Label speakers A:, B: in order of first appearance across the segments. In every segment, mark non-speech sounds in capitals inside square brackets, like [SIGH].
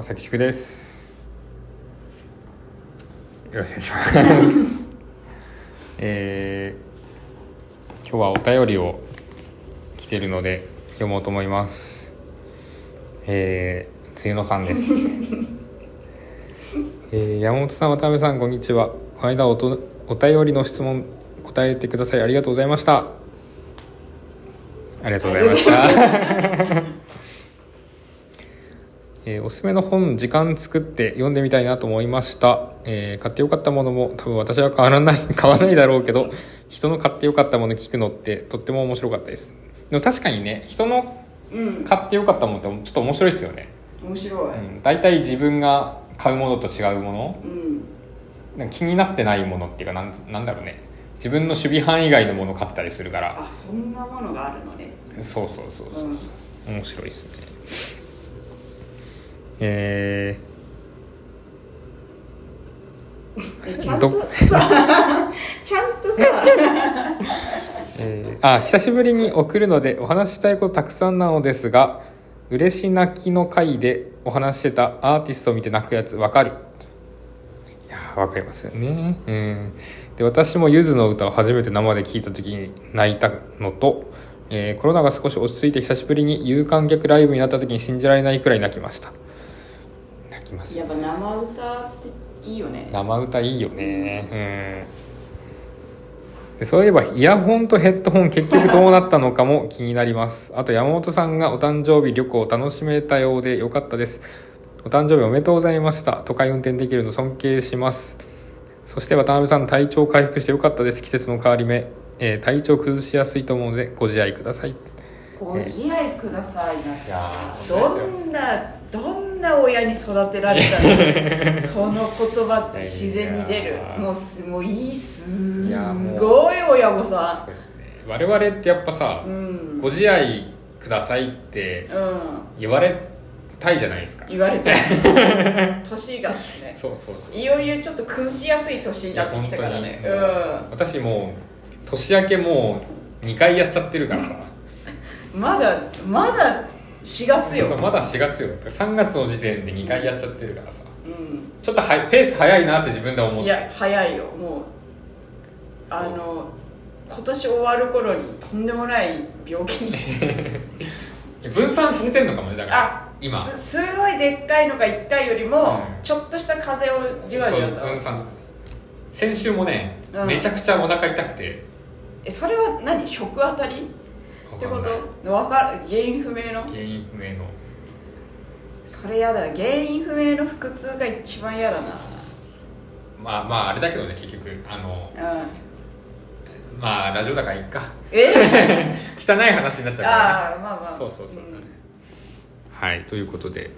A: 崎宿ですよろしくお願いしますえー、今日はお便りを来てるので読もうと思いますえー、つゆのさんです [LAUGHS] えー、山本さん渡辺さんこんにちはこの間おとお便りの質問答えてくださいありがとうございましたありがとうございました [LAUGHS] えーおすすめの本時間作って読んでみたいなと思いました、えー買ってよかったものも多分私は変わらない買わないだろうけど人の買ってよかったもの聞くのってとっても面白かったですでも確かにね人の
B: うん
A: 買ってよかったものってちょっと面白いですよね、
B: 面白
A: う
B: い
A: ん、大体自分が買うものと違うもの
B: うん
A: なんか気になってないものっていうかなんなんだろうね自分の守備範囲外のものを買ってたりするから
B: あそんなものがあるのね
A: そうそうそうそう
B: うん
A: 面白いですねえ
B: え [LAUGHS] ちゃん
A: ど
B: とさちゃん
A: [LAUGHS]
B: とさ
A: ーえーあ久しぶりに送るのでお話ししたいことたくさんなのですが嬉し泣きの回でお話ししてたアーティストを見て泣くやつわかるいやーわかりますよねうんで私もゆずの歌を初めて生で聴いた時に泣いたのと、えーコロナが少し落ち着いて久しぶりに有観客ライブになった時に信じられないくらい泣きました泣きますよ
B: やっぱ生歌っていいよね
A: 生歌いいよねうんでそういえばイヤホンとヘッドホン結局どうなったのかも気になりますあと山本さんがお誕生日旅行を楽しめたようでよかったですお誕生日おめでとうございました都会運転できるの尊敬しますそして渡辺さん体調回復してよかったです季節の変わり目、えー体調崩しやすいと思うのでご自愛ください
B: ご自愛くださいなさ
A: いやー本当
B: どんなどんな親に育てられたのその言葉って自然に出
A: い
B: る
A: やー
B: もうすもういいす
A: いやーもう
B: ごい親御さ
A: そうですね我々ってやっぱさ
B: んうん
A: ご自愛くださいって
B: うん
A: 言われたいじゃないですか
B: 言わ
A: [LAUGHS]
B: れて年がね
A: そうそうそう
B: いよいよちょっと崩しやすい年になってきたからね
A: い
B: うん
A: や本当に私もう年明けもう2回やっちゃってるからさ
B: まだまだ4月よ
A: そうまだ4月よ3月の時点で2回やっちゃってるからさ
B: う
A: ちょっとはいペース早いなって自分で思
B: ん
A: っ
B: い
A: て
B: や早いよもう
A: そう
B: あの今年終わる頃にとんでもない病気に
A: 分散させてんのかもねだから
B: あ
A: 今
B: すすごいでっかいのが1回よりも、
A: うん
B: ちょっとした風邪をじわじわ
A: そう分
B: と
A: 散先週もね、
B: うん
A: めちゃくちゃお腹痛くて
B: えそれは何食当たりってこ
A: わかんない
B: とわか原因不明の
A: 原因不明の
B: それやだな原因不明の腹痛が一番嫌だな
A: まあまああれだけどね結局あの
B: うん
A: まあラジオだからいっか
B: え
A: [LAUGHS] 汚い話になっちゃうからね
B: ああまあまあ
A: そうそうそう、
B: ん
A: はいということで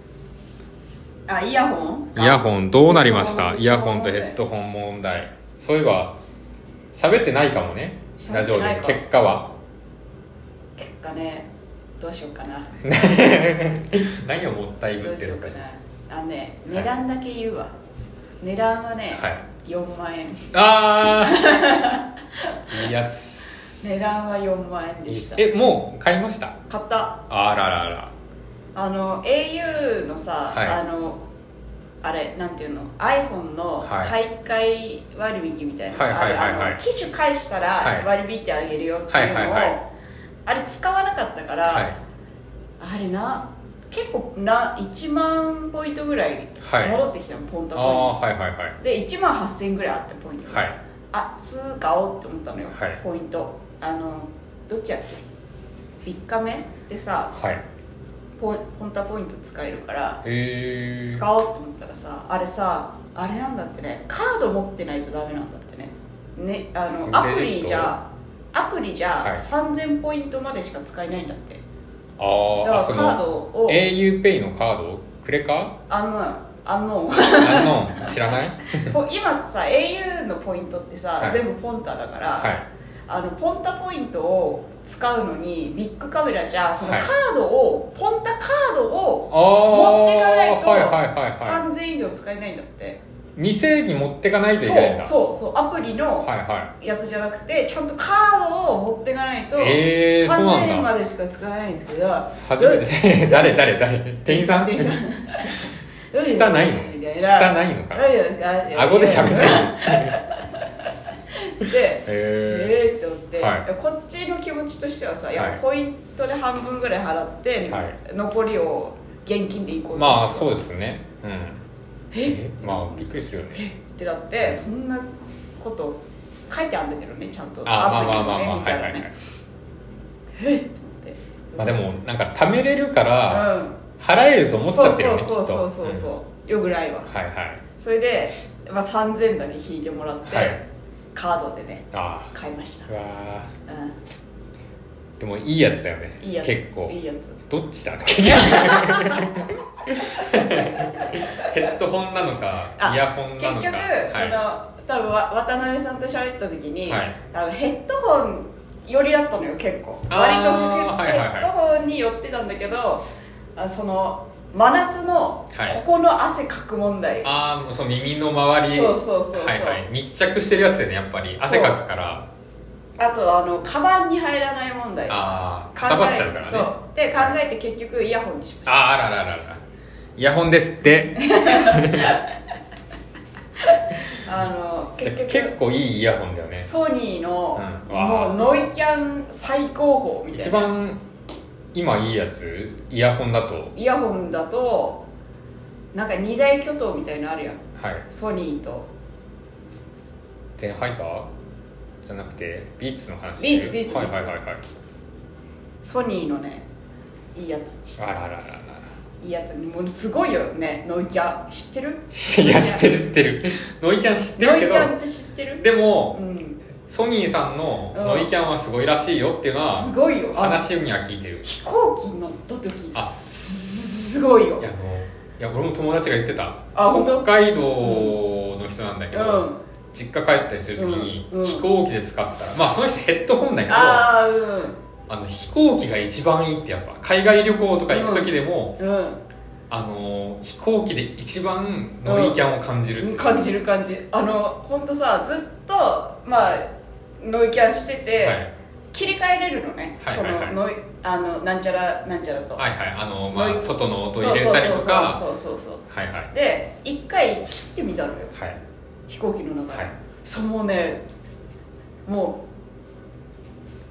B: あイヤホン
A: イヤホンどうなりましたイヤホンとヘッ
B: ン
A: ドホン問題そういえば喋ってないかもね
B: 喋
A: ラ
B: っ
A: ジオ
B: てな
A: で
B: いか
A: 結果は
B: 結果ねどうしようかな
A: 何をもったいぶ
B: ど
A: っ
B: うしてよ
A: る
B: う
A: の
B: か
A: かじ
B: な
A: ゃ
B: あのね
A: はい
B: 値段だけ言うわ、値段はね、
A: はい
B: 4万円
A: ああ [LAUGHS] いいやつ
B: 値段は4万円でした
A: えもう買いました
B: 買った
A: あららら
B: あの au のさ、
A: はい
B: あのあれなんていうの iPhone の
A: はい
B: 買い替え割引みたいなさ、
A: はいはいはいはい
B: あれあの機種返した
A: は
B: ら
A: い
B: 割り引いてあげるよっていうのを、
A: はいはいはい
B: あれ使わなかったから、
A: はい
B: あれな結構な1万ポイントぐらい
A: はい
B: 戻ってきたの、ポン
A: あ
B: タポイン
A: あはいはいはい
B: トで1万8000円ぐらいあったポイントが、
A: はい
B: あ通買おうって思ったのよ、
A: はい
B: ポイントあのどっちやっけ3日目でさ
A: はい
B: ポンポンタポイント使えるから
A: へえー、
B: 使おうと思ったらさあれさあれなんだってねカード持ってないとダメなんだってねねあのアプ
A: レジッ
B: リ
A: ト
B: じゃアプリじ
A: はい
B: ゃ3000ポイントまでしか使えないんだって、
A: あーあ
B: だ
A: そ
B: からカード
A: の
B: を
A: auPay のカードクレカ
B: あのあの
A: あの知らない
B: ポ今さ au のポイントってさ、
A: はい
B: 全部ポンタだから、
A: はい
B: あのポンタポイントを使うのにビッグカメラじゃそのカ
A: はい
B: ードを、ポンタカードを
A: 持
B: ってかないと
A: はいはいはいはい
B: 3000円以上使えないんだって、
A: 店に持ってかないといけないんだ
B: そうそうそうアプリの
A: はいは
B: やつじゃなくてちゃんとカードを持ってかないと、
A: えーそうなんだ
B: 3000円までしか使えないんですけ
A: [LAUGHS]
B: ど
A: い初めて誰誰誰店員さん
B: 店員さん
A: [LAUGHS] 下ない
B: [LAUGHS]
A: の
B: みたい
A: 下ないのかな顎で喋ってる
B: るで
A: へ
B: えーって思って、
A: はい
B: こっちの気持ちとしてはさ、いや
A: はい
B: ポイントで半分ぐらい払って、
A: はい
B: 残りを現金でいこう
A: ー、
B: と
A: まあそう
B: う
A: ですねうん
B: えっ
A: まあびっくりするよね
B: ってなってそんなこと書いてあるんだけどねちゃんと
A: あーまあ
B: に
A: まあまあまあ
B: み
A: は
B: た
A: い
B: い
A: は
B: ない
A: はい
B: ねえっって思って
A: まあでもなんか貯めれるから
B: う
A: 払えると思
B: ん
A: っちゃってるよ
B: そう
A: ねきっ
B: そう
A: と
B: そうそう
A: うん
B: そうよぐらいは
A: はいはい
B: それで、まあ、3000だけ引いてもらって、
A: はい
B: カードでね
A: あ
B: 買いました
A: あうわー
B: う
A: でもいいやつだよね
B: んいいやつ
A: 結構
B: いいやつ
A: どっち
B: [LAUGHS]
A: だヘッドホンなのか
B: あ
A: イヤホン
B: 結
A: なの
B: 局、
A: かは
B: その多分わ渡辺さんと喋った時に、
A: はい
B: あのヘッドホン寄りだったのよ結構
A: あー
B: 割とヘッ,、
A: はいはいはい
B: ドホンに寄ってたんだけどあその真夏の
A: はい
B: ここの汗かく問題、
A: い、ああそう耳の周り
B: そうそうそうそう、
A: はいはい、密着してるやつでねやっぱり汗かくから
B: あとあのカバンに入らない問題
A: ああ
B: 考
A: か
B: え
A: さばっちゃうからね
B: そうで考えて結局イヤホンにしました
A: あーあららららイヤホンですって
B: あの
A: じゃ
B: 結局
A: 結構いいイヤホンだよね
B: ソニーの、
A: うんわー
B: もうノイキャン最高峰みたいな
A: 一番今いいやつイヤホンだと
B: イヤホンだとなんか二大巨頭みたいのあるやん
A: はい
B: ソニーと
A: ゼンハイザーじゃなくてビーツの話
B: ビーツビーツ
A: はいはいはいはい
B: ソニーのねいいやつにし
A: あ
B: た
A: らららら
B: いいやつにもうすごいよねノイキャン知ってる
A: いや知ってる知ってるノイキャン知って
B: ノ
A: る
B: イ
A: け
B: キ
A: ど
B: ャンって知ってる
A: でも
B: うん
A: ソニーさんのノイキャンはすごいらしいよっていうの
B: す
A: は
B: ごいよあの
A: 話には聞いてる
B: 飛行機乗った時
A: あ
B: すすごいよ
A: いやあのいや俺も友達が言ってた
B: あ本当
A: 北海道の人なんだけ
B: う
A: ど、
B: ん
A: 実家帰ったりするときに、
B: うんうん
A: 飛行機で使ったらまあその人ヘッドホンだけどあ
B: ああうん
A: の飛行機が一番いいってやっぱ海外旅行とか行く時でも、
B: う
A: あの飛行機で一番ノイキャンを感じるってい
B: ん
A: う
B: 感じる感じあの本当さずっとまあノイキャンしてて、
A: はい、
B: 切り替えれるのね、
A: はいはいはい
B: そのノイあのなんちゃらなんちゃらと、
A: はいはいあの、ま
B: ノ
A: あ、
B: イ
A: 外の音
B: そ
A: 入
B: う
A: れたりとか
B: そうそうそうそうそ
A: はいはいう
B: で一回切ってみたのよ
A: はい
B: 飛行機の中で、
A: はい
B: そうもうねもうっ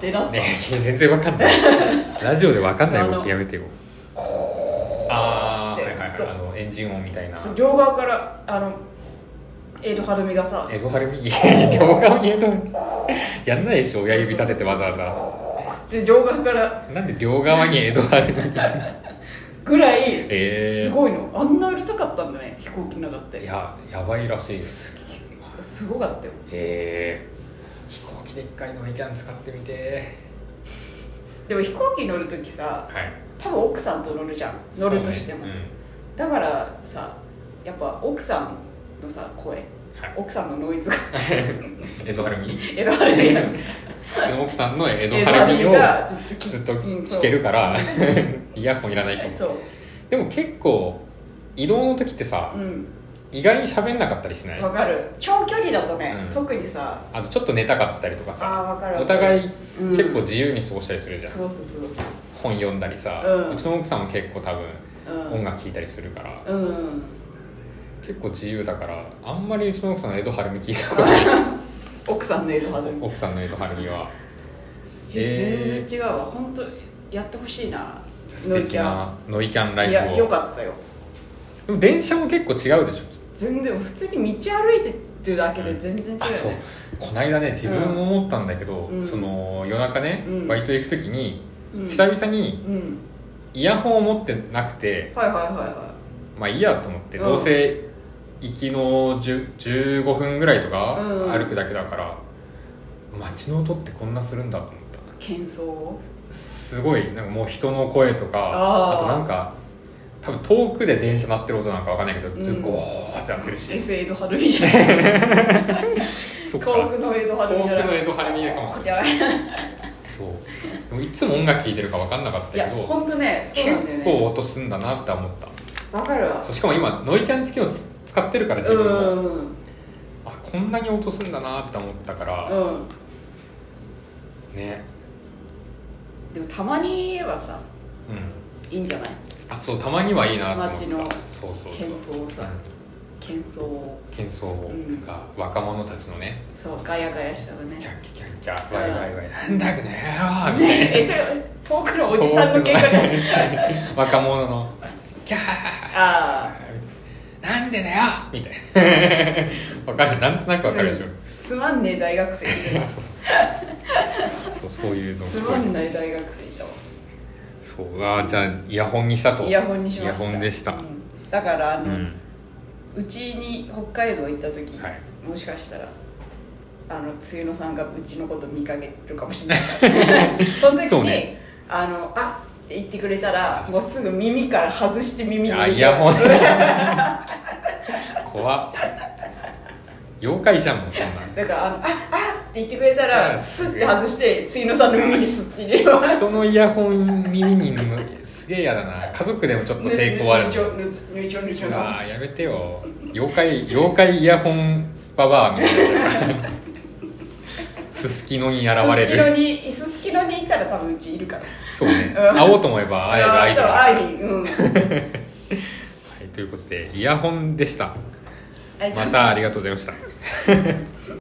B: てなった、
A: ね [LAUGHS] え全然わかん
B: [LAUGHS]
A: ないラジオでわかんない動きやめてよああーはいはい
B: ずっ
A: はい
B: と
A: あのエンジン音みたいな
B: そう両側からあのエド・ハルミがさ
A: エゴハルミ [LAUGHS] 両側にエゴやんないでしょ親指立ててわざわざ
B: で両側から
A: なんで両側にエドハルミ
B: ぐらい
A: え
B: す
A: ー
B: ごいのあんなうるさかったんだね飛行機の中って
A: いややばいらしいです
B: すすごかったよ
A: えー、飛行機でっかいのイキャン使ってみて
B: でも飛行機乗る時さ
A: はい
B: 多分奥さんと乗るじゃん乗るとしても、
A: そうね
B: だからさやっぱ奥さんのさ声
A: うんはい
B: 奥さんのノイズが
A: エドハルミ
B: [LAUGHS] エドハルミが
A: うちの奥さんのエド
B: エド
A: ハ
B: ハ
A: ル
B: ル
A: ミ
B: ミ
A: を
B: がずっと
A: ずっと
B: うんそう
A: 聞けるから [LAUGHS] イヤホンいらないかも
B: そう
A: でも結構移動の時ってさ、
B: うん
A: 意外に喋んなかったりしない
B: わかる長距離だとね、
A: うん
B: 特にさ
A: あとちょっと寝たかったりとか
B: あ
A: さ
B: あわかる
A: お互
B: い
A: い結構自由に過ごしたりするじゃん、
B: そうそうそうそう
A: 本読んだりさ、
B: うん
A: ちの奥さんも結構多分
B: うん
A: 音楽聴いたりするから、
B: うん
A: 結構自由だからあんまりうちの奥さんの江戸晴美聞いたことない
B: 奥さんのエドハルミいや
A: 奥さんの江戸晴美はえー
B: 全然違うわ本当やってほしいな
A: じゃあ素敵なノイキャンラ
B: い
A: イ
B: や
A: フ
B: よ
A: を
B: かったよ
A: でも電車も結構違うでしょきっと
B: 全然普通に道歩いてってだけで全然違うよ
A: あそう
B: ね、
A: こないだね自分も思ったんだけど、
B: うん
A: その夜中ね、
B: うん
A: バイト行く時に、
B: うん
A: 久々に
B: うん
A: イヤホンを持ってなくて
B: はいはいはいは
A: まあいいやと思って、
B: うん
A: どうせ行きの10 15分ぐらいとか
B: うん
A: 歩くだけだから、街の音ってこんなするんだと思った
B: い喧騒を
A: すごいなんかもう人の声とか
B: あー
A: あとなんか多分遠くで電車鳴ってる音なんかわかんないけど、ずっ
B: うん
A: とゴーってなってる
B: [LAUGHS]
A: し、
B: S エイドハルミじゃない
A: そっか
B: 遠くのエイドハル
A: 遠く
B: ミじゃな
A: の
B: い
A: 江戸晴美かもしれない
B: じゃない
A: そうでもいつも音楽聴いてるか分かんなかった
B: い
A: け
B: や
A: ど
B: 本当ねそうなんだよ
A: 結
B: ね
A: 構音すんだなって思っ
B: わかる
A: た
B: わ
A: そうしかも今ノイキャン付きのつ使ってるから
B: う
A: 自
B: んう
A: 分も、
B: んうん
A: あこんなに音すんだなって思ったから、
B: うん
A: ね
B: でもたまにはさ
A: うん
B: いいんじゃない
A: あそうたまにはいいなと思った
B: 街の
A: そうそうそう
B: 喧騒をさ喧騒を
A: 喧騒を
B: うん
A: が若者たちのね
B: そうガヤガヤしたの
A: キ
B: ね
A: ャッキャキャッキャワイワイワイなんだくねーみたいな
B: ねえそれ遠くのおじさんの喧嘩じゃん
A: ゃん [LAUGHS] 若者のキャー
B: ああ
A: なんでだよみたいなわかるなんとなくわかるでしょ、
B: つまんねえ大学生いるわ
A: そうそうそういうの
B: つまんないい大学生いたわ
A: そうあーじゃあイヤホンにしたと
B: イヤホンにしました
A: イヤホンでした、
B: うんだからあ
A: う
B: の、
A: ん
B: うちに北海道行った時、
A: はい
B: もしかしたらあの露野さんがうちのこと見かけるかもしれない [LAUGHS] その時
A: そう
B: に、
A: ね
B: あのあって言ってくれたらもうすぐ耳から外して耳に
A: あ
B: 入れ
A: イ
B: て
A: ヤホン怖っ妖怪じゃんもうそんなん
B: だからあのああって言ってくれたら
A: あ
B: スッて外して露野さんの耳にスッて入れよう
A: 人のイヤホン耳に塗るすげえ嫌だな家族でもちょっと抵抗ある
B: ぬ
A: の
B: ちょぬちょぬちょぬちょ
A: う
B: の
A: わーやめてよ妖怪妖怪イヤホンババアみたいになっちゃうからすすきのに現れ
B: すすきの
A: る
B: にすすきのに行ったら多分うちいるから
A: そうね
B: うん
A: 会おうと思えば会えるアイドル
B: あ会いに
A: [LAUGHS]
B: うん
A: はい、ということでイヤホンでした
B: あちょっ
A: またありがとうございました